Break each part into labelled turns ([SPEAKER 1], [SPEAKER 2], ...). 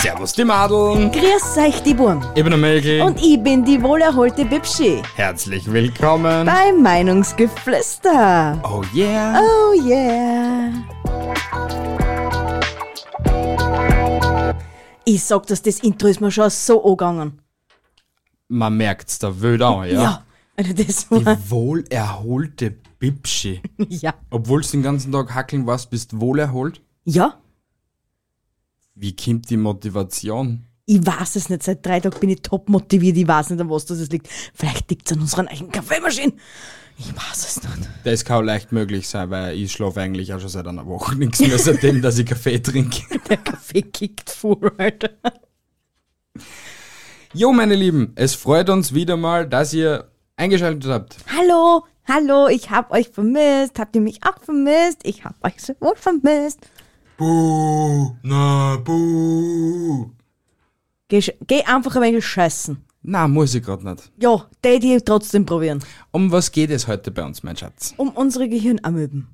[SPEAKER 1] Servus die Madeln,
[SPEAKER 2] Grüß euch, die Wurm.
[SPEAKER 1] ich bin der Melki.
[SPEAKER 2] Und ich bin die wohlerholte Bibschi
[SPEAKER 1] herzlich willkommen.
[SPEAKER 2] bei Meinungsgeflüster.
[SPEAKER 1] Oh yeah.
[SPEAKER 2] Oh yeah. Ich sag, dass das Intro ist mir schon so angegangen.
[SPEAKER 1] Man merkt's da wild an, ja.
[SPEAKER 2] Also das war,
[SPEAKER 1] Die wohlerholte Bibschi.
[SPEAKER 2] ja.
[SPEAKER 1] Obwohl's den ganzen Tag hackeln warst, bist wohlerholt.
[SPEAKER 2] Ja,
[SPEAKER 1] Wie kommt die Motivation?
[SPEAKER 2] ich weiß es nicht. Seit drei Tagen bin ich top motiviert. Ich weiß nicht, an was das jetzt liegt. Vielleicht liegt's an unseren eigenen Kaffeemaschinen. Ich weiß es nicht.
[SPEAKER 1] Das kann leicht möglich sein, weil ich schlafe eigentlich auch schon seit einer Woche nichts mehr, seitdem, dass ich Kaffee trinke.
[SPEAKER 2] Der Kaffee kickt vor, Alter.
[SPEAKER 1] Jo, meine Lieben, es freut uns wieder mal, dass ihr eingeschaltet habt.
[SPEAKER 2] Hallo, hallo, ich hab euch vermisst. Habt ihr mich auch vermisst? Ich hab euch so wohl vermisst.
[SPEAKER 1] Buh, na, buh.
[SPEAKER 2] Geh, sch- geh einfach ein wenig scheißen.
[SPEAKER 1] Na, muss ich gerade nicht.
[SPEAKER 2] Ja, Daddy trotzdem probieren.
[SPEAKER 1] Um was geht es heute bei uns, mein Schatz?
[SPEAKER 2] Um unsere Gehirnamöben.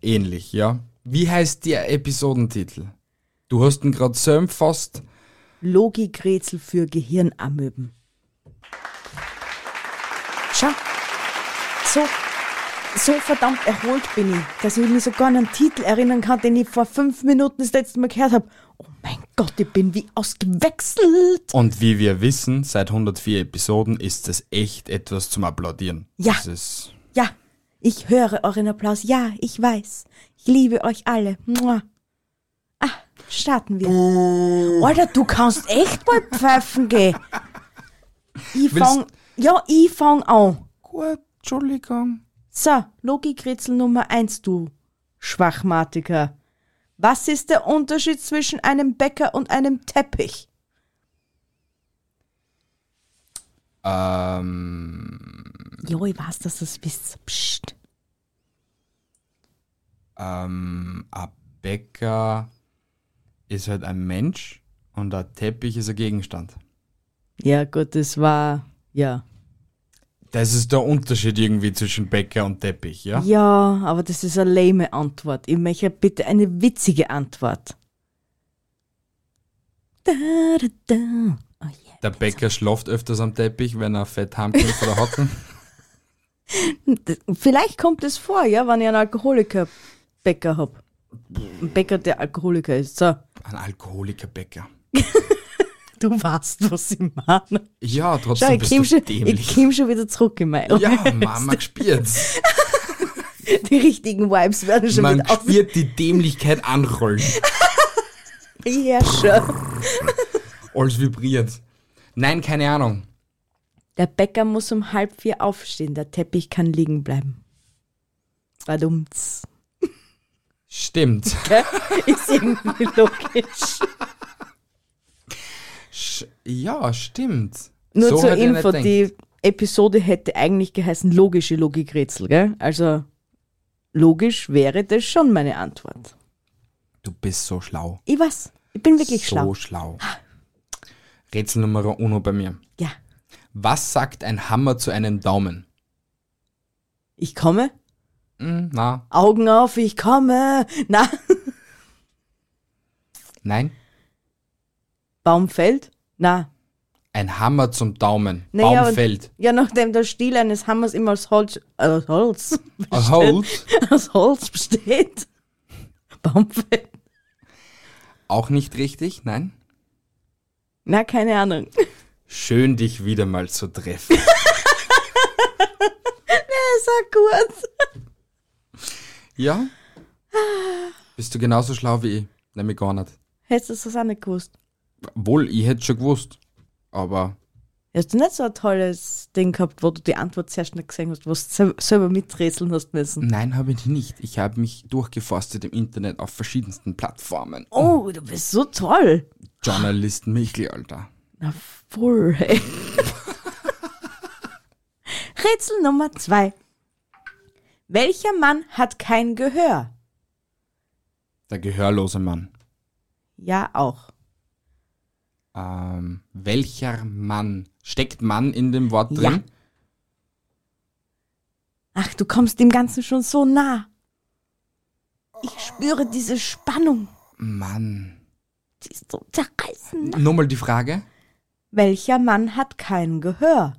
[SPEAKER 1] Ähnlich, ja. Wie heißt der Episodentitel? Du hast ihn gerade so fast.
[SPEAKER 2] Logikrätsel für Gehirnamöben. Schau. So, so verdammt erholt bin ich, dass ich mich sogar an einen Titel erinnern kann, den ich vor fünf Minuten das letzte Mal gehört habe. Oh mein Gott, ich bin wie ausgewechselt.
[SPEAKER 1] Und wie wir wissen, seit 104 Episoden ist es echt etwas zum Applaudieren.
[SPEAKER 2] Ja.
[SPEAKER 1] Das ist
[SPEAKER 2] Ja, ich höre euren Applaus. Ja, ich weiß. Ich liebe euch alle. Mua. Ah, starten wir. Alter, du kannst echt mal pfeifen gehen. Ich
[SPEAKER 1] Willst-
[SPEAKER 2] fang, ja, ich fang an.
[SPEAKER 1] gut, Entschuldigung.
[SPEAKER 2] So, Logikrätsel Nummer eins, du Schwachmatiker. Was ist der Unterschied zwischen einem Bäcker und einem Teppich?
[SPEAKER 1] Ähm,
[SPEAKER 2] Jo, ich weiß, dass du's wisst. Psst.
[SPEAKER 1] ähm, ein Bäcker ist halt ein Mensch und ein Teppich ist ein Gegenstand.
[SPEAKER 2] Ja, gut, das war, ja.
[SPEAKER 1] Das ist der Unterschied irgendwie zwischen Bäcker und Teppich, ja?
[SPEAKER 2] Ja, aber das ist eine lame Antwort. Ich möchte bitte eine witzige Antwort. Da, da, da. Oh yeah.
[SPEAKER 1] Der Bäcker schlaft öfters am Teppich, wenn er fett heimkommt oder hocken.
[SPEAKER 2] Das- Vielleicht kommt es vor, ja, wenn ich einen Alkoholiker-Bäcker habe. Ein Bäcker, der Alkoholiker ist. So,
[SPEAKER 1] Ein Alkoholikerbäcker.
[SPEAKER 2] du weißt, was ich meine.
[SPEAKER 1] Ja,
[SPEAKER 2] Schau,
[SPEAKER 1] trotzdem
[SPEAKER 2] ich
[SPEAKER 1] bist
[SPEAKER 2] komm
[SPEAKER 1] du
[SPEAKER 2] schon, ich
[SPEAKER 1] dämlich.
[SPEAKER 2] komm schon wieder zurück in mein.
[SPEAKER 1] Ja, Mama gespielt.
[SPEAKER 2] Die richtigen Vibes werden schon
[SPEAKER 1] Man
[SPEAKER 2] wieder auf
[SPEAKER 1] spielt die Dämlichkeit anrollen.
[SPEAKER 2] Ja, schon.
[SPEAKER 1] Alles vibriert. Nein, keine Ahnung.
[SPEAKER 2] Der Bäcker muss um halb vier aufstehen, der Teppich kann liegen bleiben. Badumts.
[SPEAKER 1] Stimmt.
[SPEAKER 2] Gell? Ist irgendwie logisch.
[SPEAKER 1] Sch ja, stimmt.
[SPEAKER 2] Nur zur
[SPEAKER 1] hätte ich nicht
[SPEAKER 2] Info,
[SPEAKER 1] gedacht.
[SPEAKER 2] die Episode hätte eigentlich geheißen logische Logikrätsel, gell? Also logisch wäre das schon meine Antwort.
[SPEAKER 1] Du bist so schlau.
[SPEAKER 2] Ich weiß, ich bin wirklich
[SPEAKER 1] so
[SPEAKER 2] schlau.
[SPEAKER 1] schlau. Rätsel Nummer uno bei mir.
[SPEAKER 2] Ja,
[SPEAKER 1] Was sagt ein Hammer zu einem Daumen?
[SPEAKER 2] ich komme,
[SPEAKER 1] Hm, na,
[SPEAKER 2] Augen auf, ich komme. Na,
[SPEAKER 1] nein.
[SPEAKER 2] Baum fällt? Na.
[SPEAKER 1] Ein Hammer zum Daumen.
[SPEAKER 2] Naja,
[SPEAKER 1] Baum
[SPEAKER 2] und-
[SPEAKER 1] fällt.
[SPEAKER 2] Ja, nachdem der Stiel eines Hammers immer aus Holz, äh, aus Holz,
[SPEAKER 1] A hold.
[SPEAKER 2] aus Holz besteht. Baum fällt.
[SPEAKER 1] Auch nicht richtig, nein.
[SPEAKER 2] Na, keine Ahnung.
[SPEAKER 1] Schön, dich wieder mal zu treffen.
[SPEAKER 2] Ist ja gut.
[SPEAKER 1] ja? Bist du genauso schlau wie ich? Nämlich gar nicht.
[SPEAKER 2] Hättest du das auch nicht gewusst?
[SPEAKER 1] Wohl, ich hätte schon gewusst. Aber
[SPEAKER 2] Hast du nicht so ein tolles Ding gehabt, wo du die Antwort sehr schnell gesehen hast, was du sel- selber miträtseln hast müssen?
[SPEAKER 1] nein, habe ich nicht. Ich habe mich durchgeforstet im Internet auf verschiedensten Plattformen.
[SPEAKER 2] Oh, du bist so toll.
[SPEAKER 1] Journalist Michel, Alter.
[SPEAKER 2] Na voll. ey. Rätsel Nummer zwei. Welcher Mann hat kein Gehör?
[SPEAKER 1] Der gehörlose Mann.
[SPEAKER 2] Ja, auch.
[SPEAKER 1] Ähm, welcher Mann? Steckt Mann in dem Wort
[SPEAKER 2] Ja.
[SPEAKER 1] drin?
[SPEAKER 2] du kommst dem Ganzen schon so nah. Ich spüre diese Spannung,
[SPEAKER 1] Mann.
[SPEAKER 2] die ist so zerreißend.
[SPEAKER 1] Nochmal die Frage.
[SPEAKER 2] Welcher Mann hat kein Gehör?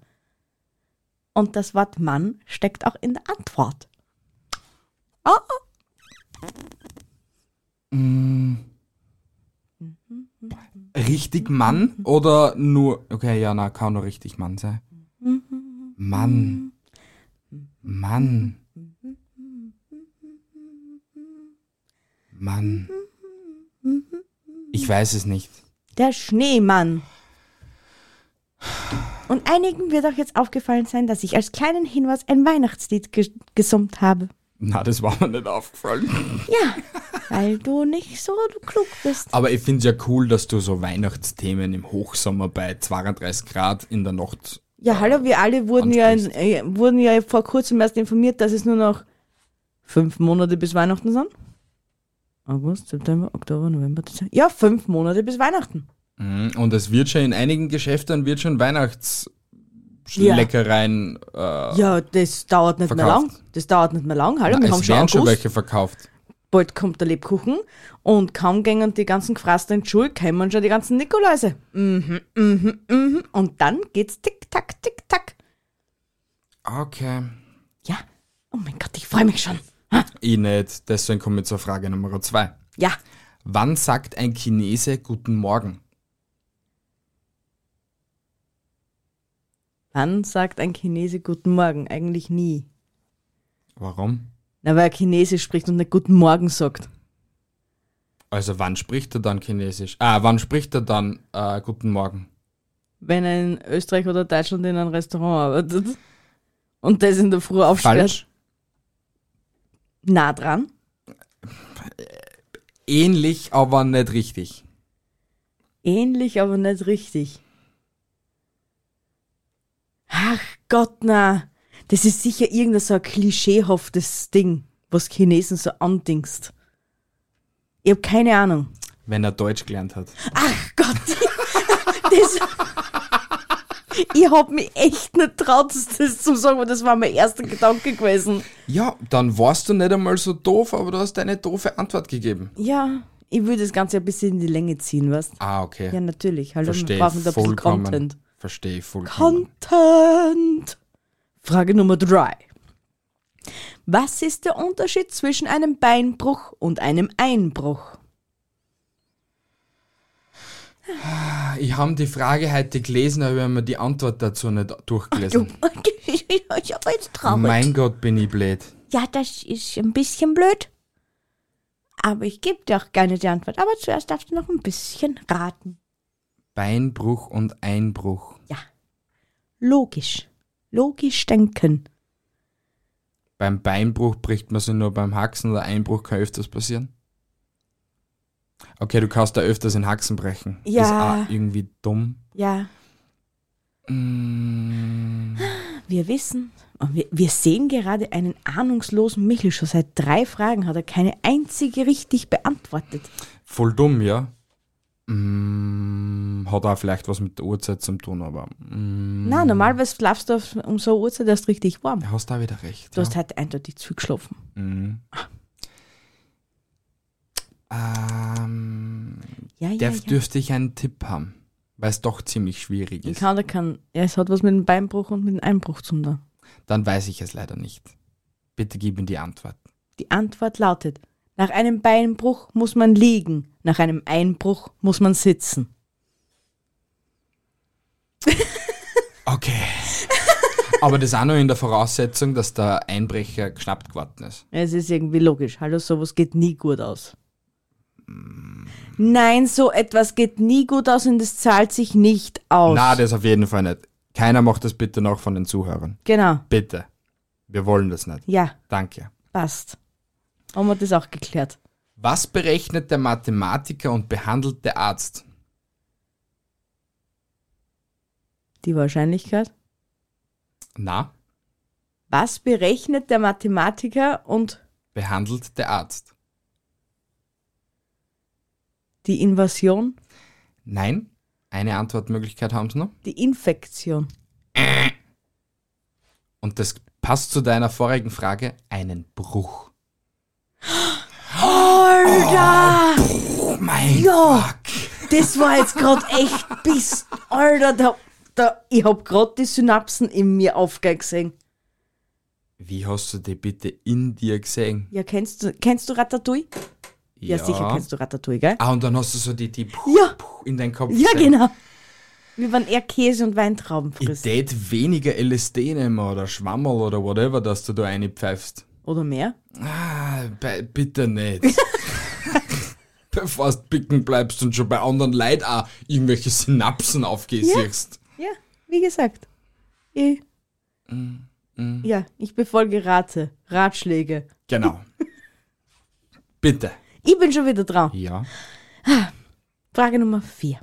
[SPEAKER 2] Und das Wort Mann steckt auch in der Antwort. Oh, oh.
[SPEAKER 1] Mm. Richtig Mann oder nur. Okay, ja, na, kann nur richtig Mann sein. Mann. Mann. Mann. Ich weiß es nicht.
[SPEAKER 2] Der Schneemann. Und einigen wird auch jetzt aufgefallen sein, dass ich als kleinen Hinweis ein Weihnachtslied ge gesummt habe.
[SPEAKER 1] Na, das war mir nicht aufgefallen.
[SPEAKER 2] Ja, weil du nicht so klug bist.
[SPEAKER 1] Aber ich finde es ja cool, dass du so Weihnachtsthemen im Hochsommer bei 32 Grad in der Nacht.
[SPEAKER 2] Ja, hallo, wir alle wurden ja, in, äh, wurden ja vor kurzem erst informiert, dass es nur noch fünf Monate bis Weihnachten sind. August, September, Oktober, November, Dezember. Ja, fünf Monate bis Weihnachten.
[SPEAKER 1] Mhm, Und es wird schon in einigen Geschäften wird schon
[SPEAKER 2] Ja.
[SPEAKER 1] Weihnachtsleckereien. Äh,
[SPEAKER 2] Ja, das dauert nicht mehr
[SPEAKER 1] Verkauft.
[SPEAKER 2] lang. Das dauert nicht mehr lang. Hallo, wir
[SPEAKER 1] na,
[SPEAKER 2] haben
[SPEAKER 1] äh, es
[SPEAKER 2] schon
[SPEAKER 1] werden
[SPEAKER 2] August.
[SPEAKER 1] schon welche verkauft.
[SPEAKER 2] Bald kommt der Lebkuchen und kaum gingen die ganzen Gefrasten in die Schule, kämen schon die ganzen Nikoläuse. Mhm, mhm, mhm. Und dann geht's tick-tack, tick-tack.
[SPEAKER 1] Ah, Okay.
[SPEAKER 2] Ja, oh mein Gott, ich freue mich schon.
[SPEAKER 1] Ich nicht. Deswegen komme ich zur Frage Nummer zwei.
[SPEAKER 2] Ja,
[SPEAKER 1] Wann sagt ein Chinese Guten Morgen?
[SPEAKER 2] wann sagt ein Chinese Guten Morgen? Eigentlich nie.
[SPEAKER 1] Warum?
[SPEAKER 2] Na, weil er Chinesisch spricht und nicht Guten Morgen sagt.
[SPEAKER 1] Also wann spricht er dann Chinesisch? Ah, wann spricht er dann äh, Guten Morgen?
[SPEAKER 2] Wenn er in Österreich oder Deutschland in einem Restaurant arbeitet und das in der Früh aufsperrt.
[SPEAKER 1] Falsch.
[SPEAKER 2] Nah dran.
[SPEAKER 1] Ähnlich, aber nicht richtig.
[SPEAKER 2] Ähnlich, aber nicht richtig. Ach Gott, na. Das ist sicher irgendein so ein klischeehaftes Ding, was Chinesen so andingst. Ich hab keine Ahnung.
[SPEAKER 1] Wenn er Deutsch gelernt hat.
[SPEAKER 2] Ach Gott. Das, ich hab mich echt nicht traut, das zu sagen, weil das war mein erster Gedanke gewesen.
[SPEAKER 1] Ja, dann warst du nicht einmal so doof, aber du hast eine doofe Antwort gegeben.
[SPEAKER 2] Ja, ich würde das Ganze ein bisschen in die Länge ziehen, weißt
[SPEAKER 1] Ah, okay.
[SPEAKER 2] Ja, natürlich. Hallo, wir
[SPEAKER 1] Verstehe
[SPEAKER 2] Also brauchen da ein bisschen
[SPEAKER 1] vollkommen.
[SPEAKER 2] Content.
[SPEAKER 1] Verstehe vollkommen.
[SPEAKER 2] Content! Frage Nummer drei. Was ist der Unterschied zwischen einem Beinbruch und einem Einbruch?
[SPEAKER 1] Ah, ich habe die Frage heute gelesen, aber ich habe mir die Antwort dazu nicht durchgelesen.
[SPEAKER 2] ich habe jetzt traurig.
[SPEAKER 1] Oh. mein Gott, bin ich blöd.
[SPEAKER 2] Ja, das ist ein bisschen blöd. Aber ich gebe dir auch gerne die Antwort. Aber zuerst darfst du noch ein bisschen raten.
[SPEAKER 1] Beinbruch und Einbruch.
[SPEAKER 2] Ja. Logisch. Logisch denken.
[SPEAKER 1] Beim Beinbruch bricht man sich nur beim Haxen oder Einbruch kann öfters passieren. Okay, du kannst da öfters in Haxen brechen.
[SPEAKER 2] Ja.
[SPEAKER 1] Ist auch irgendwie dumm.
[SPEAKER 2] Ja.
[SPEAKER 1] Mm,
[SPEAKER 2] Wir wissen, und wir, wir sehen gerade einen ahnungslosen Michel. Schon seit drei Fragen hat er keine einzige richtig beantwortet.
[SPEAKER 1] voll dumm, ja. Mm, hat auch vielleicht was mit der Uhrzeit zu tun, aber. Mm,
[SPEAKER 2] Na, normalerweise schlafst du auf, um so eine Uhrzeit erst richtig warm.
[SPEAKER 1] du hast da wieder recht.
[SPEAKER 2] Du
[SPEAKER 1] ja.
[SPEAKER 2] hast heute eindeutig zugeschlafen.
[SPEAKER 1] Mhm. Ähm,
[SPEAKER 2] Ja, ja,
[SPEAKER 1] darf,
[SPEAKER 2] ja.
[SPEAKER 1] Dürfte ich einen Tipp haben? Weil es doch ziemlich schwierig
[SPEAKER 2] Ich
[SPEAKER 1] ist.
[SPEAKER 2] kann, ich kann. Ja, es hat was mit dem Beinbruch und mit dem Einbruch zu tun.
[SPEAKER 1] Dann weiß ich es leider nicht. Bitte gib mir die Antwort.
[SPEAKER 2] Die Antwort lautet, nach einem Beinbruch muss man liegen, nach einem Einbruch muss man sitzen.
[SPEAKER 1] Okay. Aber das auch nur in der Voraussetzung, dass der Einbrecher geschnappt geworden ist.
[SPEAKER 2] Es ist irgendwie logisch. Hallo, sowas geht nie gut aus. Nein, so etwas geht nie gut aus und es zahlt sich nicht aus.
[SPEAKER 1] Na, das auf jeden Fall nicht. Keiner macht das bitte noch von den Zuhörern.
[SPEAKER 2] genau.
[SPEAKER 1] Bitte. Wir wollen das nicht.
[SPEAKER 2] Ja,
[SPEAKER 1] Danke.
[SPEAKER 2] passt. Haben wir das auch geklärt.
[SPEAKER 1] Was berechnet der Mathematiker und behandelt der Arzt?
[SPEAKER 2] Die Wahrscheinlichkeit.
[SPEAKER 1] Na,
[SPEAKER 2] Was berechnet der Mathematiker und
[SPEAKER 1] behandelt der Arzt.
[SPEAKER 2] die Invasion?
[SPEAKER 1] Nein, eine Antwortmöglichkeit haben sie noch.
[SPEAKER 2] Die Infektion.
[SPEAKER 1] Und das passt zu deiner vorigen Frage, einen Bruch.
[SPEAKER 2] Alter!
[SPEAKER 1] Oh mein
[SPEAKER 2] Ja.
[SPEAKER 1] Fuck.
[SPEAKER 2] Das war jetzt gerade echt bis. Alter, da, da, ich hab gerade die Synapsen in mir aufgehen gesehen.
[SPEAKER 1] Wie hast du die bitte in dir gesehen?
[SPEAKER 2] Ja, kennst du, kennst du Ratatouille? Ja, sicher kennst du Ratatouille, gell?
[SPEAKER 1] Ah, und dann hast du so die, die puh,
[SPEAKER 2] Ja.
[SPEAKER 1] puh, in deinen Kopf.
[SPEAKER 2] Ja,
[SPEAKER 1] gesehen.
[SPEAKER 2] genau. Wir waren eher Käse und Weintrauben
[SPEAKER 1] Ich
[SPEAKER 2] frisst.
[SPEAKER 1] tät weniger LSD nehmen oder Schwammerl oder whatever, dass du da reinpfeifst.
[SPEAKER 2] Oder mehr?
[SPEAKER 1] Ah, bei, bitte nicht. Bevor du picken bleibst und schon bei anderen Leuten auch irgendwelche Synapsen aufgesichst.
[SPEAKER 2] Ja, wie gesagt. Ich, Ja, ich befolge Rate, Ratschläge.
[SPEAKER 1] Genau. bitte.
[SPEAKER 2] Ich bin schon wieder dran.
[SPEAKER 1] Ja.
[SPEAKER 2] Frage Nummer 4.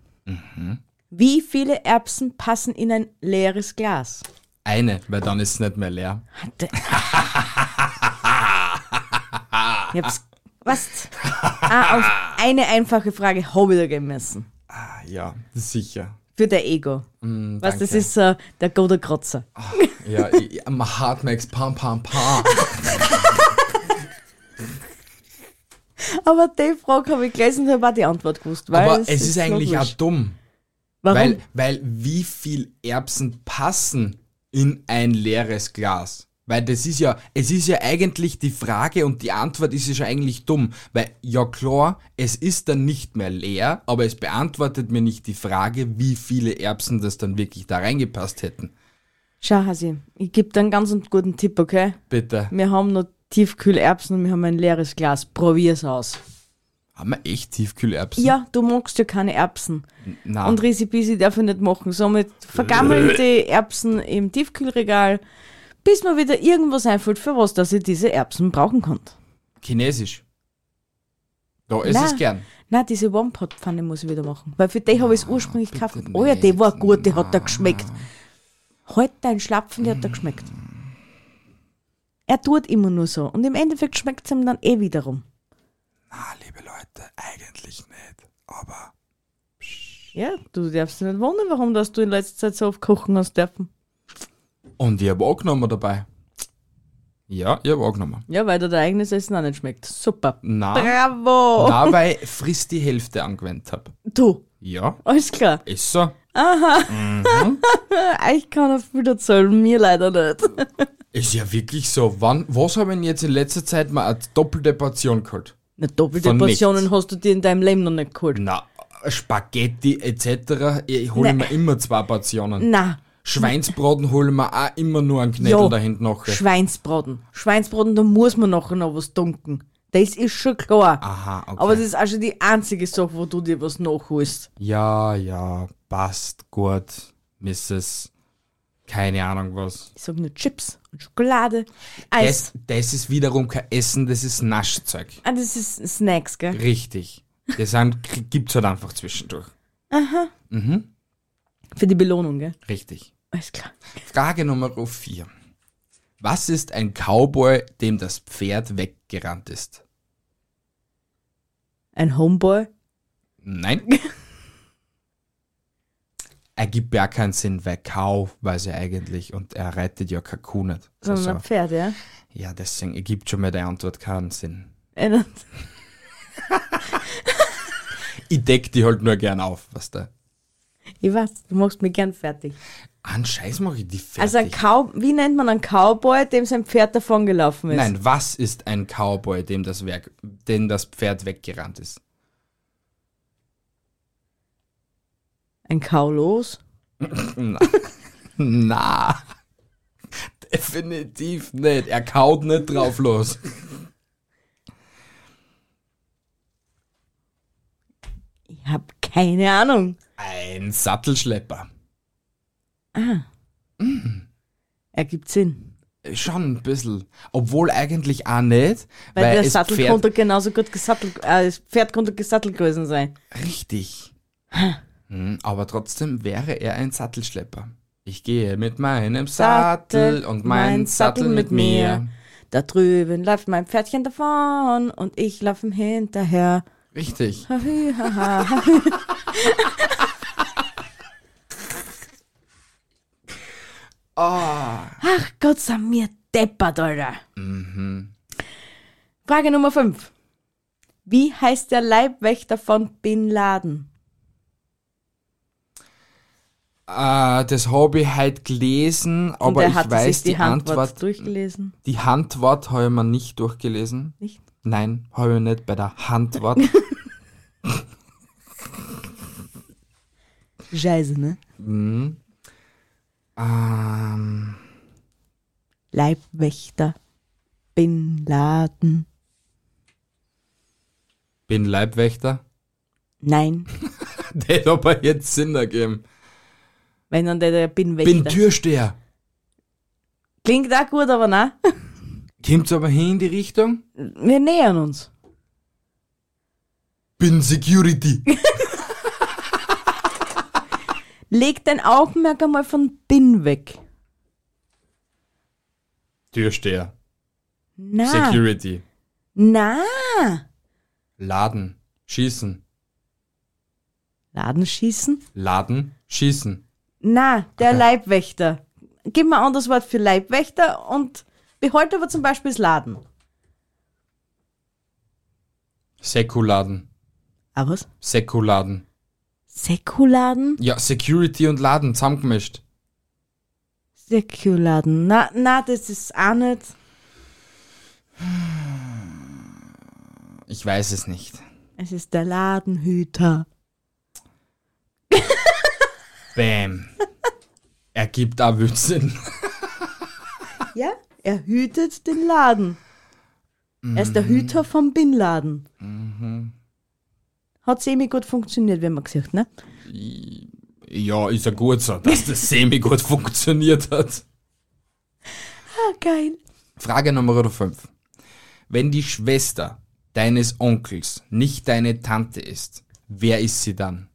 [SPEAKER 2] Wie viele Erbsen passen in ein leeres Glas?
[SPEAKER 1] Eine, weil dann ist es nicht mehr leer.
[SPEAKER 2] Hatte. Ich hab's. Was? Ah, auf eine einfache Frage habe ich da gehen müssen.
[SPEAKER 1] Ah, ja, sicher.
[SPEAKER 2] Für der Ego.
[SPEAKER 1] Mm,
[SPEAKER 2] Was, das
[SPEAKER 1] danke.
[SPEAKER 2] ist so der gute Krotzer.
[SPEAKER 1] Ja, ich, ich- mein Heart makes pam pam pam.
[SPEAKER 2] Aber die Frage habe ich gelesen und habe auch die Antwort gewusst. Weil
[SPEAKER 1] Aber es ist, eigentlich
[SPEAKER 2] noch
[SPEAKER 1] auch
[SPEAKER 2] wurscht.
[SPEAKER 1] dumm.
[SPEAKER 2] Warum?
[SPEAKER 1] Weil, weil wie viel Erbsen passen in ein leeres Glas? Weil das ist ja, es ist ja eigentlich die Frage und die Antwort ist ja schon eigentlich dumm. Weil, ja klar, es ist dann nicht mehr leer, aber es beantwortet mir nicht die Frage, wie viele Erbsen das dann wirklich da reingepasst hätten.
[SPEAKER 2] Schau, Hasi, ich gebe dir einen ganz und guten Tipp, okay?
[SPEAKER 1] Bitte.
[SPEAKER 2] Wir haben noch Tiefkühlerbsen und wir haben ein leeres Glas. Probier's aus.
[SPEAKER 1] Haben wir echt Tiefkühlerbsen?
[SPEAKER 2] Ja, du magst ja keine Erbsen.
[SPEAKER 1] Na,
[SPEAKER 2] Und Risi Bisi darf ich nicht machen. Somit vergammeln
[SPEAKER 1] Äh.
[SPEAKER 2] die Erbsen im Tiefkühlregal, bis mir wieder irgendwas einfällt, für was dass ich diese Erbsen brauchen kann.
[SPEAKER 1] Chinesisch. Da ist
[SPEAKER 2] Na.
[SPEAKER 1] es gern.
[SPEAKER 2] Nein, diese One-Pot-Pfanne muss ich wieder machen, weil für die habe ich es ursprünglich gekauft.
[SPEAKER 1] bitte
[SPEAKER 2] Oh ja, die war
[SPEAKER 1] nicht.
[SPEAKER 2] gut, die hat da geschmeckt. Halt dein Schlapfen, die hat da geschmeckt. Er tut immer nur so und im Endeffekt schmeckt es ihm dann eh wiederum.
[SPEAKER 1] Na, Ah, liebe Leute, eigentlich nicht. Aber
[SPEAKER 2] Ja, du darfst dich nicht wundern, warum dass du in letzter Zeit so oft kochen hast dürfen.
[SPEAKER 1] Und ich habe angenommen dabei. Ja, ich habe angenommen.
[SPEAKER 2] Ja, weil dir dein eigenes Essen auch nicht schmeckt. Super.
[SPEAKER 1] Nein,
[SPEAKER 2] Bravo!
[SPEAKER 1] dabei frisst die Hälfte angewendet habe.
[SPEAKER 2] Du,
[SPEAKER 1] Ja,
[SPEAKER 2] alles klar.
[SPEAKER 1] ist so.
[SPEAKER 2] Ich kann auf wieder zahlen, mir leider nicht.
[SPEAKER 1] Ist ja wirklich so. Wann, was habe ich denn jetzt in letzter Zeit mal eine doppelte Portion geholt?
[SPEAKER 2] Eine doppelte
[SPEAKER 1] Von
[SPEAKER 2] Portionen
[SPEAKER 1] nichts.
[SPEAKER 2] hast du dir in deinem Leben noch nicht geholt.
[SPEAKER 1] Na, Spaghetti etc. Ich hole
[SPEAKER 2] Nein.
[SPEAKER 1] mir immer zwei Portionen.
[SPEAKER 2] Na,
[SPEAKER 1] Schweinsbraten hole ich mir auch immer nur einen Knödel
[SPEAKER 2] Ja.
[SPEAKER 1] da hinten noch.
[SPEAKER 2] Schweinsbraten. Schweinsbraten, da muss man nachher noch was dunken. Das ist schon klar.
[SPEAKER 1] Aha, okay.
[SPEAKER 2] Aber das ist auch schon die einzige Sache, wo du dir was nachholst.
[SPEAKER 1] ja, ja, passt gut. Mrs. Keine Ahnung was.
[SPEAKER 2] Ich sag nur Chips und Schokolade,
[SPEAKER 1] Das,
[SPEAKER 2] Eis.
[SPEAKER 1] das ist wiederum kein Essen, das ist Naschzeug.
[SPEAKER 2] Ah, das ist Snacks, gell?
[SPEAKER 1] Richtig. Das sind- k- gibt's halt einfach zwischendurch.
[SPEAKER 2] Für die Belohnung, gell?
[SPEAKER 1] Richtig.
[SPEAKER 2] Alles klar.
[SPEAKER 1] Frage Nummer 4. Was ist ein Cowboy, dem das Pferd weggerannt ist?
[SPEAKER 2] Ein Homeboy?
[SPEAKER 1] Nein. Ergibt ja keinen Sinn, weil Cow weiß er eigentlich und er reitet ja kein Kuh nicht.
[SPEAKER 2] Sondern
[SPEAKER 1] Also,
[SPEAKER 2] ein Pferd, ja?
[SPEAKER 1] ja, deswegen ergibt schon mal die Antwort keinen Sinn.
[SPEAKER 2] Ein-
[SPEAKER 1] Ich deck die halt nur gern auf, was da.
[SPEAKER 2] Ich weiß, du machst mich gern fertig.
[SPEAKER 1] An Scheiß mache ich die fertig.
[SPEAKER 2] Also ein Cow, wie nennt man einen Cowboy, dem sein Pferd davongelaufen ist?
[SPEAKER 1] Nein, was ist ein Cowboy, dem das, Werk, dem das Pferd weggerannt ist?
[SPEAKER 2] Ein Kaulos?
[SPEAKER 1] Na, definitiv nicht. Er kaut nicht drauf los.
[SPEAKER 2] Ich hab keine Ahnung.
[SPEAKER 1] Ein Sattelschlepper.
[SPEAKER 2] Ergibt Sinn.
[SPEAKER 1] Schon ein bisschen. Obwohl eigentlich auch nicht, weil,
[SPEAKER 2] Weil, der
[SPEAKER 1] es
[SPEAKER 2] Sattel
[SPEAKER 1] Pferd...
[SPEAKER 2] konnte genauso gut gesattelt, äh, das Pferd konnte gesattelt gewesen sein.
[SPEAKER 1] Richtig. Hm, Aber trotzdem wäre er ein Sattelschlepper. Ich gehe mit meinem Sattel, und mein Sattel mit mir.
[SPEAKER 2] Da drüben läuft mein Pferdchen davon und ich laufe ihm hinterher.
[SPEAKER 1] Richtig.
[SPEAKER 2] Hü, ha, ha, ha.
[SPEAKER 1] Ah, Ah.
[SPEAKER 2] Ach Gott sei mir deppert, Alter. Frage Nummer 5. Wie heißt der Leibwächter von Bin Laden?
[SPEAKER 1] Äh, das habe ich halt gelesen,
[SPEAKER 2] Und
[SPEAKER 1] aber
[SPEAKER 2] er
[SPEAKER 1] ich
[SPEAKER 2] hat
[SPEAKER 1] weiß
[SPEAKER 2] sich die,
[SPEAKER 1] die
[SPEAKER 2] Antwort,
[SPEAKER 1] Antwort.
[SPEAKER 2] durchgelesen.
[SPEAKER 1] Die Handwort habe ich mir nicht durchgelesen.
[SPEAKER 2] Nicht?
[SPEAKER 1] Nein, habe ich nicht bei der Handwort.
[SPEAKER 2] Scheiße, ne?
[SPEAKER 1] mhm. ähm,
[SPEAKER 2] Leibwächter Bin Laden.
[SPEAKER 1] bin Leibwächter.
[SPEAKER 2] Nein,
[SPEAKER 1] Der hat aber jetzt Sinn ergeben.
[SPEAKER 2] wenn dann der, der Bin
[SPEAKER 1] Bin
[SPEAKER 2] Wächter.
[SPEAKER 1] Türsteher.
[SPEAKER 2] Klingt auch gut, aber nein.
[SPEAKER 1] Kommt's aber hin in die Richtung?
[SPEAKER 2] Wir nähern uns.
[SPEAKER 1] Bin Security.
[SPEAKER 2] Leg dein Augenmerk einmal von Bin weg.
[SPEAKER 1] Türsteher.
[SPEAKER 2] Na,
[SPEAKER 1] Security.
[SPEAKER 2] na.
[SPEAKER 1] Laden. Schießen.
[SPEAKER 2] Laden schießen?
[SPEAKER 1] Laden. Schießen.
[SPEAKER 2] Na, der
[SPEAKER 1] Okay.
[SPEAKER 2] Leibwächter. Gib mir ein anderes Wort für Leibwächter und behalte aber zum Beispiel das Laden.
[SPEAKER 1] Sekuladen.
[SPEAKER 2] Ah, was?
[SPEAKER 1] Sekuladen.
[SPEAKER 2] Säkuladen?
[SPEAKER 1] Ja, Security und Laden zusammengemischt.
[SPEAKER 2] Säkuladen. Na, na, das ist auch nicht.
[SPEAKER 1] Ich weiß es nicht.
[SPEAKER 2] Es ist der Ladenhüter.
[SPEAKER 1] Bam. Ergibt auch wild Sinn.
[SPEAKER 2] Ja? Er hütet den Laden. Er ist der Hüter vom Bin Laden. Hat semi gut funktioniert, wenn man gesagt, ne?
[SPEAKER 1] Ja, ist ja gut so, dass das semi gut funktioniert hat.
[SPEAKER 2] Ah, geil.
[SPEAKER 1] Frage Nummer 5. Wenn die Schwester deines Onkels nicht deine Tante ist, wer ist sie dann?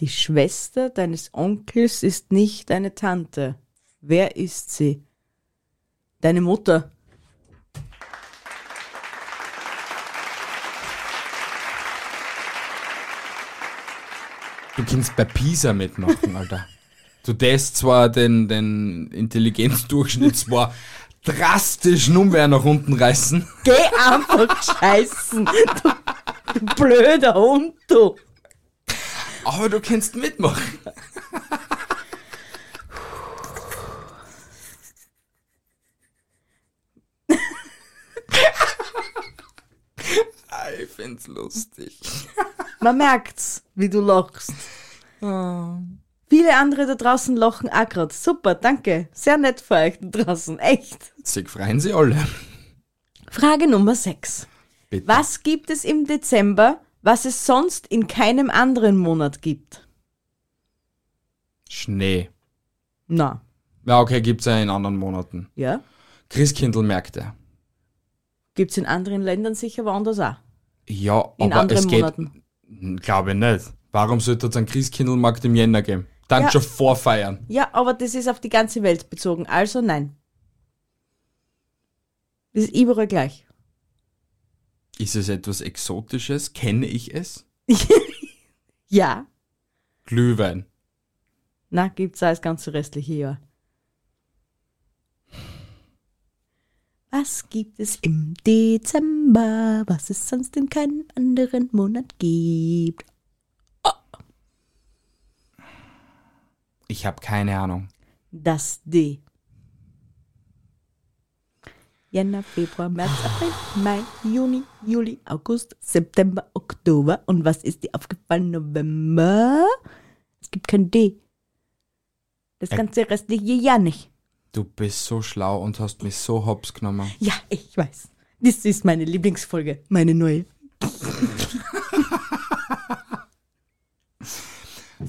[SPEAKER 2] Die Schwester deines Onkels ist nicht deine Tante. Wer ist sie? Deine Mutter.
[SPEAKER 1] Du kannst bei Pisa mitmachen, Alter. Du test zwar den, den Intelligenzdurchschnitt zwar drastischen Umwehr nach unten reißen,
[SPEAKER 2] Geh einfach scheißen. Du, du blöder Hund, du.
[SPEAKER 1] aber du kannst mitmachen. Ah, ich find's lustig.
[SPEAKER 2] Man merkt's, wie du lachst. Oh. Viele andere da draußen lachen auch grad. Super, danke. Sehr nett für euch da draußen. Echt.
[SPEAKER 1] Sich freuen sie alle.
[SPEAKER 2] Frage Nummer 6.
[SPEAKER 1] Bitte.
[SPEAKER 2] Was gibt es im Dezember, was es sonst in keinem anderen Monat gibt?
[SPEAKER 1] Schnee.
[SPEAKER 2] Na,
[SPEAKER 1] Ja, okay, gibt's ja in anderen Monaten.
[SPEAKER 2] ja.
[SPEAKER 1] Christkindlmärkte.
[SPEAKER 2] Gibt's in anderen Ländern sicher woanders auch.
[SPEAKER 1] Ja,
[SPEAKER 2] In
[SPEAKER 1] aber
[SPEAKER 2] anderen
[SPEAKER 1] es geht.
[SPEAKER 2] Monaten.
[SPEAKER 1] Glaube ich nicht. Warum sollte es einen Christkindlmarkt im Jänner geben? Dann
[SPEAKER 2] Ja.
[SPEAKER 1] schon vorfeiern.
[SPEAKER 2] Ja, aber das ist auf die ganze Welt bezogen. Also nein. Das ist überall gleich.
[SPEAKER 1] Ist es etwas Exotisches? Kenne ich es?
[SPEAKER 2] Ja.
[SPEAKER 1] Glühwein.
[SPEAKER 2] Na, gibt's auch das ganze restliche Jahr. Was gibt es im Dezember, was es sonst in keinem anderen Monat gibt?
[SPEAKER 1] Ich habe keine Ahnung.
[SPEAKER 2] Das D. Jänner, Februar, März, April, Mai, Juni, Juli, August, September, Oktober. Und was ist dir aufgefallen? November? Es gibt kein D. Das
[SPEAKER 1] Ä-
[SPEAKER 2] ganze restliche Jahr nicht.
[SPEAKER 1] Du bist so schlau und hast mich so hops genommen.
[SPEAKER 2] Ja, ich weiß. Das ist meine Lieblingsfolge, meine neue.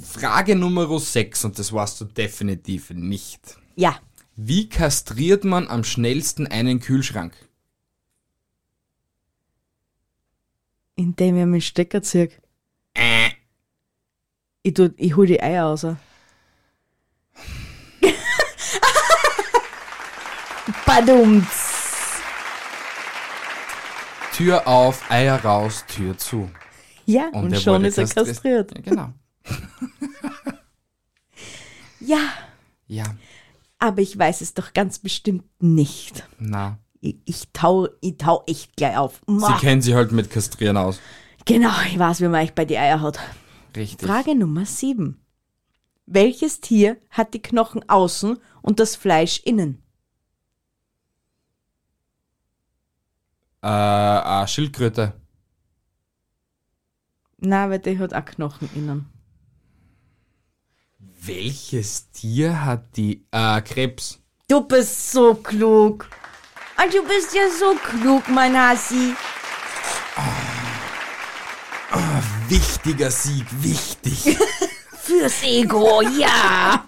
[SPEAKER 1] Frage Nummer 6 und das warst du definitiv nicht.
[SPEAKER 2] Ja,
[SPEAKER 1] Wie kastriert man am schnellsten einen Kühlschrank?
[SPEAKER 2] indem ich meinen Stecker ziehe. Ich, tu, ich hol die Eier raus. Badums.
[SPEAKER 1] Tür auf, Eier raus, Tür zu.
[SPEAKER 2] Ja, und,
[SPEAKER 1] er
[SPEAKER 2] schon
[SPEAKER 1] wurde genau.
[SPEAKER 2] ist er
[SPEAKER 1] kastri-
[SPEAKER 2] kastriert.
[SPEAKER 1] Ja, genau.
[SPEAKER 2] Ja,
[SPEAKER 1] Ja.
[SPEAKER 2] Aber ich weiß es doch ganz bestimmt nicht.
[SPEAKER 1] Na.
[SPEAKER 2] Ich, ich, tau, ich tau echt gleich auf.
[SPEAKER 1] Sie
[SPEAKER 2] Mua.
[SPEAKER 1] kennen sich halt mit Kastrieren aus.
[SPEAKER 2] Genau, ich weiß, wie man euch bei die Eier hat.
[SPEAKER 1] Richtig.
[SPEAKER 2] Frage Nummer 7. Welches Tier hat die Knochen außen und das Fleisch innen?
[SPEAKER 1] Äh, äh, Schildkröte.
[SPEAKER 2] Na, weil die hat auch Knochen innen.
[SPEAKER 1] Welches Tier hat die äh, Krebs?
[SPEAKER 2] Du bist so klug. Und du bist ja so klug, mein Hasi.
[SPEAKER 1] Wichtiger Sieg, wichtig.
[SPEAKER 2] Fürs Ego, ja.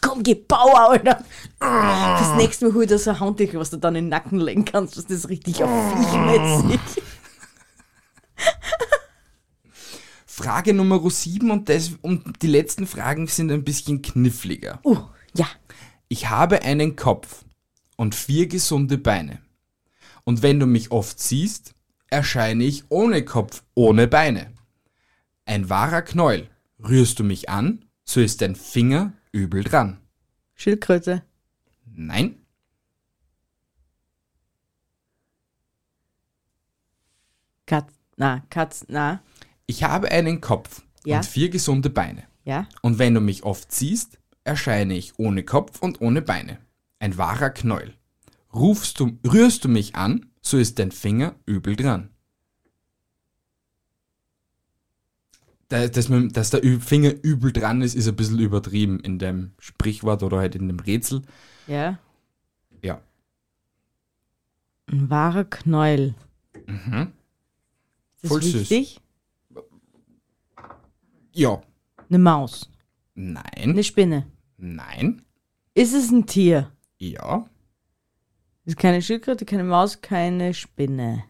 [SPEAKER 2] Komm, geh Bauer, Alter. Das nächste Mal hol dir so ein Handtuch, was du dann in den Nacken legen kannst, dass das richtig auf viechmäßig.
[SPEAKER 1] Frage Nummer 7 und, das, und die letzten Fragen sind ein bisschen kniffliger.
[SPEAKER 2] Uh, ja.
[SPEAKER 1] Ich habe einen Kopf und vier gesunde Beine. Und wenn du mich oft siehst, erscheine ich ohne Kopf, ohne Beine. Ein wahrer Knäuel. Rührst du mich an, so ist dein Finger übel dran.
[SPEAKER 2] Schildkröte.
[SPEAKER 1] Nein?
[SPEAKER 2] Katz, na, Katz, na,
[SPEAKER 1] Ich habe einen Kopf
[SPEAKER 2] Ja.
[SPEAKER 1] und vier gesunde Beine.
[SPEAKER 2] ja.
[SPEAKER 1] Und wenn du mich oft siehst, erscheine ich ohne Kopf und ohne Beine. Ein wahrer Knäuel. Rufst du, rührst du mich an, so ist dein Finger übel dran. Da- Dass, man, dass der Ü- Finger übel dran ist, ist ein bisschen übertrieben in dem Sprichwort oder halt in dem Rätsel.
[SPEAKER 2] Ja.
[SPEAKER 1] Ja.
[SPEAKER 2] Ein wahrer Knäuel.
[SPEAKER 1] Mhm.
[SPEAKER 2] Ist das
[SPEAKER 1] Voll süß.
[SPEAKER 2] wichtig?
[SPEAKER 1] Ja.
[SPEAKER 2] Eine Maus.
[SPEAKER 1] Nein.
[SPEAKER 2] Eine Spinne.
[SPEAKER 1] Nein.
[SPEAKER 2] Ist es ein Tier?
[SPEAKER 1] Ja.
[SPEAKER 2] Ist keine Schildkröte, keine Maus, keine Spinne.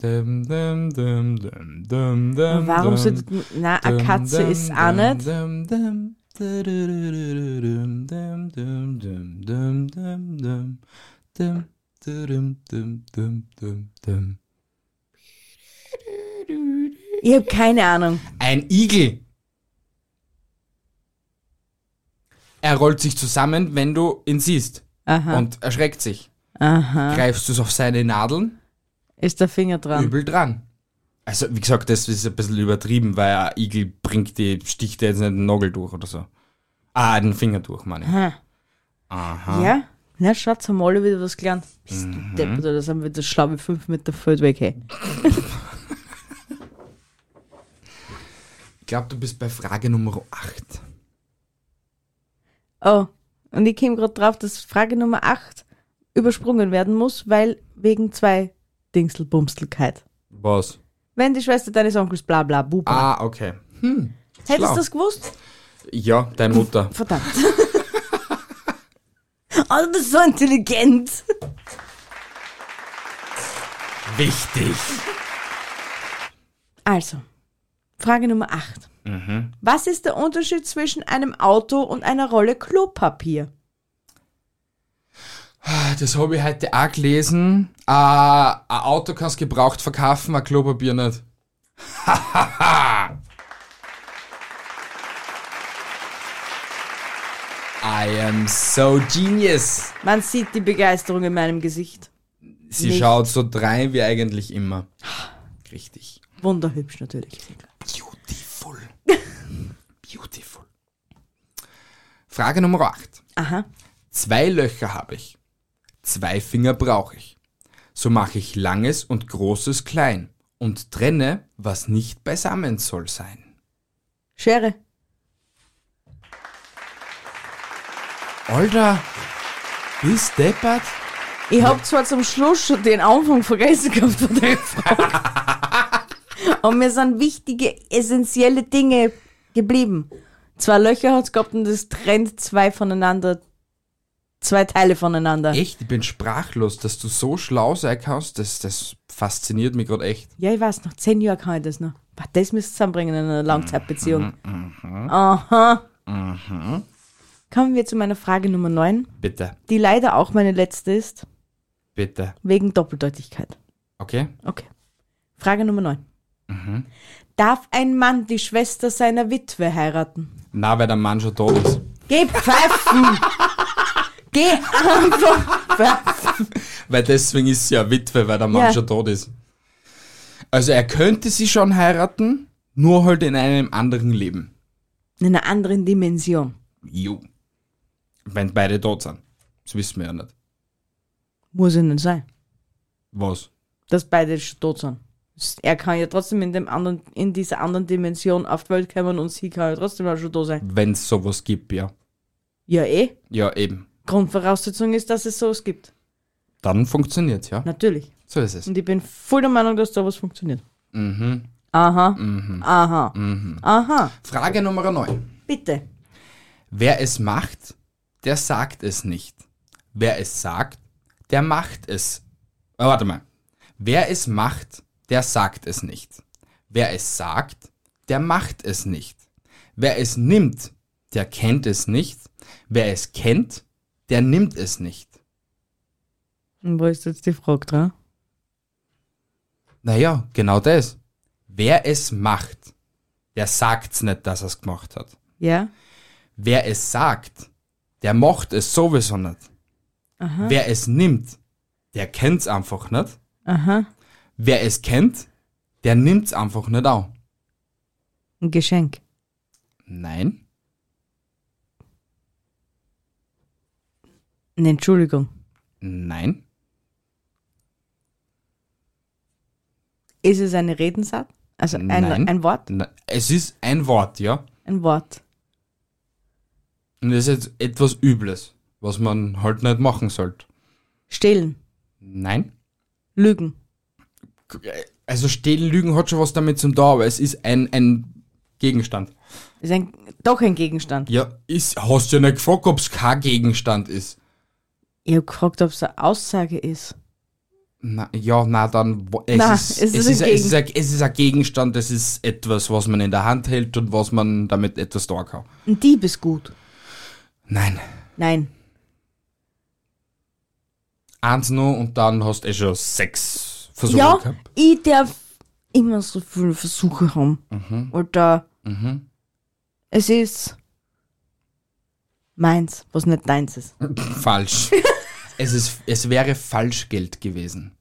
[SPEAKER 1] Dum, dum, dum, dum, dum, dum,
[SPEAKER 2] Warum
[SPEAKER 1] dum.
[SPEAKER 2] sind. Na, eine Katze ist auch nicht.
[SPEAKER 1] Ein
[SPEAKER 2] Ich habe keine Ahnung.
[SPEAKER 1] Igel. Er rollt sich zusammen, wenn du ihn siehst
[SPEAKER 2] Aha.
[SPEAKER 1] und erschreckt sich.
[SPEAKER 2] aha.
[SPEAKER 1] Greifst du es auf seine Nadeln,
[SPEAKER 2] Ist der Finger dran?
[SPEAKER 1] übel dran. Also, wie gesagt, das ist ein bisschen übertrieben, weil ein Igel bringt die, sticht dir jetzt nicht den Nagel durch oder so. Ah, den Finger durch, meine ich.
[SPEAKER 2] Aha.
[SPEAKER 1] Aha.
[SPEAKER 2] Ja? Na, schaut, haben alle wieder was gelernt. Bist
[SPEAKER 1] Mhm.
[SPEAKER 2] du deppert oder das haben wir das schlaue 5 Meter Feld weg, hey.
[SPEAKER 1] Ich glaube, du bist bei Frage Nummer 8.
[SPEAKER 2] Oh, und ich käme gerade drauf, dass Frage Nummer 8 übersprungen werden muss, weil wegen zwei Dingselbumstelkeit.
[SPEAKER 1] Was?
[SPEAKER 2] Wenn die Schwester deines Onkels bla bla buba.
[SPEAKER 1] Ah, okay. Hm.
[SPEAKER 2] Hättest
[SPEAKER 1] schlau.
[SPEAKER 2] du das gewusst?
[SPEAKER 1] Ja, deine Mutter.
[SPEAKER 2] Verdammt. oh, du bist so intelligent.
[SPEAKER 1] Wichtig.
[SPEAKER 2] Also, Frage Nummer 8.
[SPEAKER 1] Mhm.
[SPEAKER 2] Was ist der Unterschied zwischen einem Auto und einer Rolle Klopapier?
[SPEAKER 1] Ah, Das habe ich heute auch gelesen. Äh, ein Auto kannst gebraucht verkaufen, ein Klopapier nicht. Hahaha. I am so genius.
[SPEAKER 2] Man sieht die Begeisterung in meinem Gesicht.
[SPEAKER 1] Sie
[SPEAKER 2] Nicht.
[SPEAKER 1] schaut so drein wie eigentlich immer. Richtig.
[SPEAKER 2] Wunderhübsch natürlich.
[SPEAKER 1] Beautiful. Beautiful. Frage Nummer 8.
[SPEAKER 2] Aha.
[SPEAKER 1] Zwei Löcher habe ich. Zwei Finger brauche ich. So mache ich langes und großes klein und trenne, was nicht beisammen soll sein.
[SPEAKER 2] Schere.
[SPEAKER 1] Alter, bist deppert?
[SPEAKER 2] Ich hab zwar zum Schluss schon den Anfang vergessen gehabt von der Frage. Und mir sind wichtige, essentielle Dinge geblieben. Zwei Löcher hat's gehabt und das trennt zwei voneinander, zwei Teile voneinander.
[SPEAKER 1] Echt, ich bin sprachlos, dass du so schlau sein kannst. Das, das fasziniert mich gerade echt.
[SPEAKER 2] Ja, ich weiß, nach zehn Jahren kann ich das noch. Boah, Das müsst ihr zusammenbringen in einer Langzeitbeziehung. Aha. Kommen wir zu meiner Frage Nummer 9,
[SPEAKER 1] Bitte,
[SPEAKER 2] die leider auch meine letzte ist,
[SPEAKER 1] bitte.
[SPEAKER 2] wegen Doppeldeutigkeit.
[SPEAKER 1] Okay?
[SPEAKER 2] Okay. Frage Nummer 9. Darf ein Mann die Schwester seiner Witwe heiraten?
[SPEAKER 1] Na, weil der Mann schon tot ist.
[SPEAKER 2] Geh pfeifen! Geh einfach pfeifen!
[SPEAKER 1] Weil deswegen ist sie ja Witwe, weil der Mann
[SPEAKER 2] Ja.
[SPEAKER 1] schon tot ist. Also er könnte sie schon heiraten, nur halt in einem anderen Leben.
[SPEAKER 2] In einer anderen Dimension.
[SPEAKER 1] Jo. Wenn beide tot sind. Das wissen wir ja nicht.
[SPEAKER 2] Muss ja nicht sein,
[SPEAKER 1] Was?
[SPEAKER 2] dass beide schon tot sind. Er kann ja trotzdem in, dem anderen, in dieser anderen Dimension auf die Welt kommen und sie kann ja trotzdem auch schon da sein.
[SPEAKER 1] Wenn es sowas gibt, ja.
[SPEAKER 2] Ja, eh.
[SPEAKER 1] Ja, eben.
[SPEAKER 2] Grundvoraussetzung ist, dass es sowas gibt.
[SPEAKER 1] Dann funktioniert's, ja.
[SPEAKER 2] Natürlich.
[SPEAKER 1] So ist es.
[SPEAKER 2] Und ich bin voll der Meinung, dass da was funktioniert.
[SPEAKER 1] Mhm.
[SPEAKER 2] Aha. Aha. Aha.
[SPEAKER 1] Frage Nummer 9.
[SPEAKER 2] Bitte.
[SPEAKER 1] Wer es macht, der sagt es nicht. Wer es sagt, der macht es. Oh, warte mal. Wer es macht, der sagt es nicht. Wer es sagt, der macht es nicht. Wer es nimmt, der kennt es nicht. Wer es kennt, der nimmt es nicht.
[SPEAKER 2] Und wo ist jetzt die Frage dran?
[SPEAKER 1] Naja, genau das. Wer es macht, der sagt's nicht, dass er's gemacht hat.
[SPEAKER 2] Ja?
[SPEAKER 1] Wer es sagt, der macht es sowieso nicht.
[SPEAKER 2] Aha.
[SPEAKER 1] Wer es nimmt, der kennt's einfach nicht.
[SPEAKER 2] Aha.
[SPEAKER 1] Wer es kennt, der nimmt's einfach nicht auch.
[SPEAKER 2] Ein Geschenk.
[SPEAKER 1] Nein,
[SPEAKER 2] Eine Entschuldigung.
[SPEAKER 1] nein,
[SPEAKER 2] Ist es eine Redensart? Also ein,
[SPEAKER 1] Nein.
[SPEAKER 2] ein Wort?
[SPEAKER 1] na- es ist ein Wort, ja.
[SPEAKER 2] Ein Wort.
[SPEAKER 1] Und das ist jetzt etwas Übles, was man halt nicht machen sollte.
[SPEAKER 2] Stehlen.
[SPEAKER 1] Nein.
[SPEAKER 2] Lügen.
[SPEAKER 1] Also stehlen, lügen hat schon was damit zum tun, aber es ist ein, ein Gegenstand.
[SPEAKER 2] Ist ein, doch ein Gegenstand.
[SPEAKER 1] Ja, ist, hast ja nicht gefragt, ob's kein Gegenstand ist.
[SPEAKER 2] Ich habe gefragt, ob es eine Aussage ist.
[SPEAKER 1] Na, ja, na dann, wo- es,
[SPEAKER 2] Na,
[SPEAKER 1] ist,
[SPEAKER 2] es
[SPEAKER 1] es,
[SPEAKER 2] ist
[SPEAKER 1] ist,
[SPEAKER 2] ein
[SPEAKER 1] ein- es, ist ein, es ist ein Gegenstand, es ist etwas, was man in der Hand hält und was man damit etwas da kann.
[SPEAKER 2] Ein Dieb ist gut.
[SPEAKER 1] Nein,
[SPEAKER 2] Nein.
[SPEAKER 1] eins nur und dann hast du eh schon sechs Versuche
[SPEAKER 2] ja,
[SPEAKER 1] gehabt.
[SPEAKER 2] ich darf immer so viele Versuche haben. Oder
[SPEAKER 1] Mhm.
[SPEAKER 2] es ist meins, was nicht deins ist.
[SPEAKER 1] Falsch. es, ist, es wäre Falschgeld gewesen.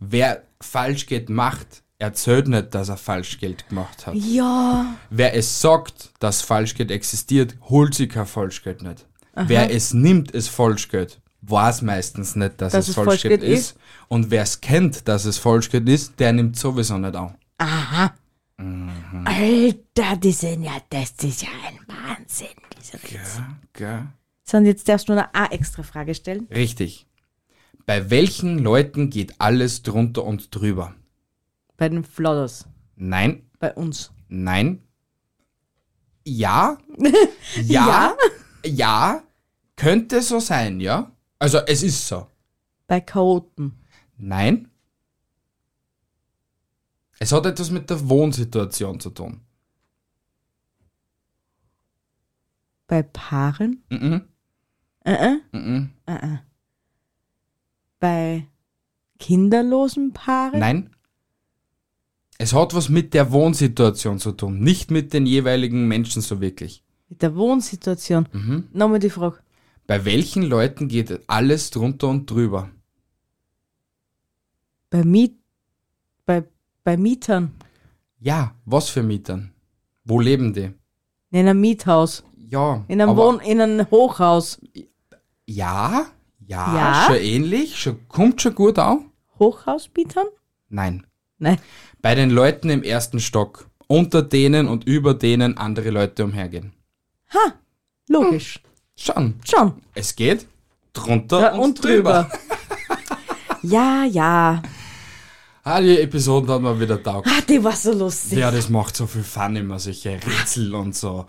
[SPEAKER 1] Wer Falschgeld macht, erzählt nicht, dass er Falschgeld gemacht hat.
[SPEAKER 2] Ja.
[SPEAKER 1] Wer es sagt, dass Falschgeld existiert, holt sich kein Falschgeld nicht. Wer es nimmt, es Falschgeld, weiß meistens nicht, dass, es Falschgeld ist. Und wer es kennt, dass es Falschgeld ist, der nimmt sowieso nicht an.
[SPEAKER 2] Alter, die sind ja, das ist ja ein Wahnsinn. Diese Rätsel.
[SPEAKER 1] Gell?
[SPEAKER 2] So, und jetzt darfst du noch eine extra Frage stellen.
[SPEAKER 1] Richtig. Bei welchen Leuten geht alles drunter und drüber?
[SPEAKER 2] Bei den Flodders.
[SPEAKER 1] Nein,
[SPEAKER 2] Bei uns.
[SPEAKER 1] nein, ja, ja, ja, könnte so sein, ja? Also es ist so.
[SPEAKER 2] Bei Chaoten.
[SPEAKER 1] Nein. Es hat etwas mit der Wohnsituation zu tun.
[SPEAKER 2] Bei Paaren.
[SPEAKER 1] Mhm.
[SPEAKER 2] Äh, äh,
[SPEAKER 1] Mhm.
[SPEAKER 2] äh, äh. Bei kinderlosen Paaren.
[SPEAKER 1] Nein. Es hat was mit der Wohnsituation zu tun, nicht mit den jeweiligen Menschen so wirklich.
[SPEAKER 2] Mit der Wohnsituation.
[SPEAKER 1] Mhm.
[SPEAKER 2] Nochmal die Frage.
[SPEAKER 1] Bei welchen Leuten geht alles drunter und drüber?
[SPEAKER 2] Bei, Miet bei, bei Mietern.
[SPEAKER 1] Ja, was für Mietern? Wo leben die?
[SPEAKER 2] In einem Miethaus.
[SPEAKER 1] Ja.
[SPEAKER 2] In einem,
[SPEAKER 1] aber-
[SPEAKER 2] Wohn in einem Hochhaus.
[SPEAKER 1] Ja, ja,
[SPEAKER 2] Ja?
[SPEAKER 1] schon ähnlich, schon, kommt schon gut auch?
[SPEAKER 2] Hochhausmietern?
[SPEAKER 1] Nein.
[SPEAKER 2] Nein.
[SPEAKER 1] Bei den Leuten im ersten Stock, unter denen und über denen andere Leute umhergehen.
[SPEAKER 2] Logisch.
[SPEAKER 1] Hm. Schon.
[SPEAKER 2] Schon.
[SPEAKER 1] Es geht drunter
[SPEAKER 2] Ja,
[SPEAKER 1] und, drüber.
[SPEAKER 2] ja, ja.
[SPEAKER 1] Ah, die Episoden haben wir wieder taugt.
[SPEAKER 2] Ah, die war so lustig.
[SPEAKER 1] Ja, das macht so viel Fun immer, solche Rätsel und so.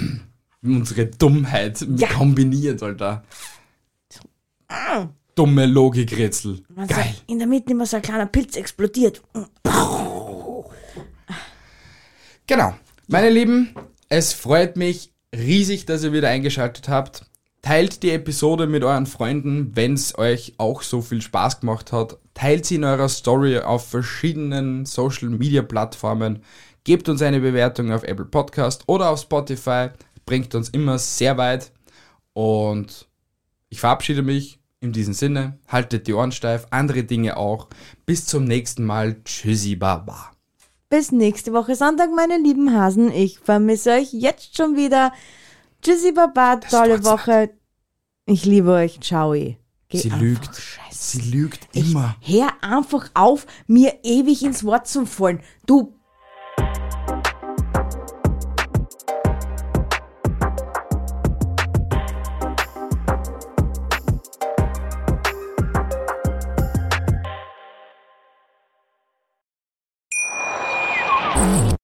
[SPEAKER 1] Unsere Dummheit
[SPEAKER 2] Ja.
[SPEAKER 1] kombiniert, Alter. Ah. Dumme Logikrätsel.
[SPEAKER 2] Man
[SPEAKER 1] Geil.
[SPEAKER 2] So, in der Mitte immer so ein kleiner Pilz explodiert.
[SPEAKER 1] Genau. Meine Lieben, es freut mich riesig, dass ihr wieder eingeschaltet habt. Teilt die Episode mit euren Freunden, wenn es euch auch so viel Spaß gemacht hat. teilt sie in eurer Story auf verschiedenen Social Media Plattformen, gebt uns eine Bewertung auf Apple Podcast oder auf Spotify, bringt uns immer sehr weit und ich verabschiede mich in diesem Sinne, haltet die Ohren steif, andere Dinge auch. Bis zum nächsten Mal. Tschüssi, Baba.
[SPEAKER 2] Bis nächste Woche Sonntag, meine lieben Hasen. Ich vermisse euch jetzt schon wieder. Tschüssi, Baba. Tolle
[SPEAKER 1] tut's
[SPEAKER 2] Woche. Ich liebe euch. Ciao. eh. Geh
[SPEAKER 1] Sie
[SPEAKER 2] einfach
[SPEAKER 1] lügt.
[SPEAKER 2] scheißen.
[SPEAKER 1] Sie lügt immer.
[SPEAKER 2] Hör einfach auf, mir ewig ins Wort zu fallen. Du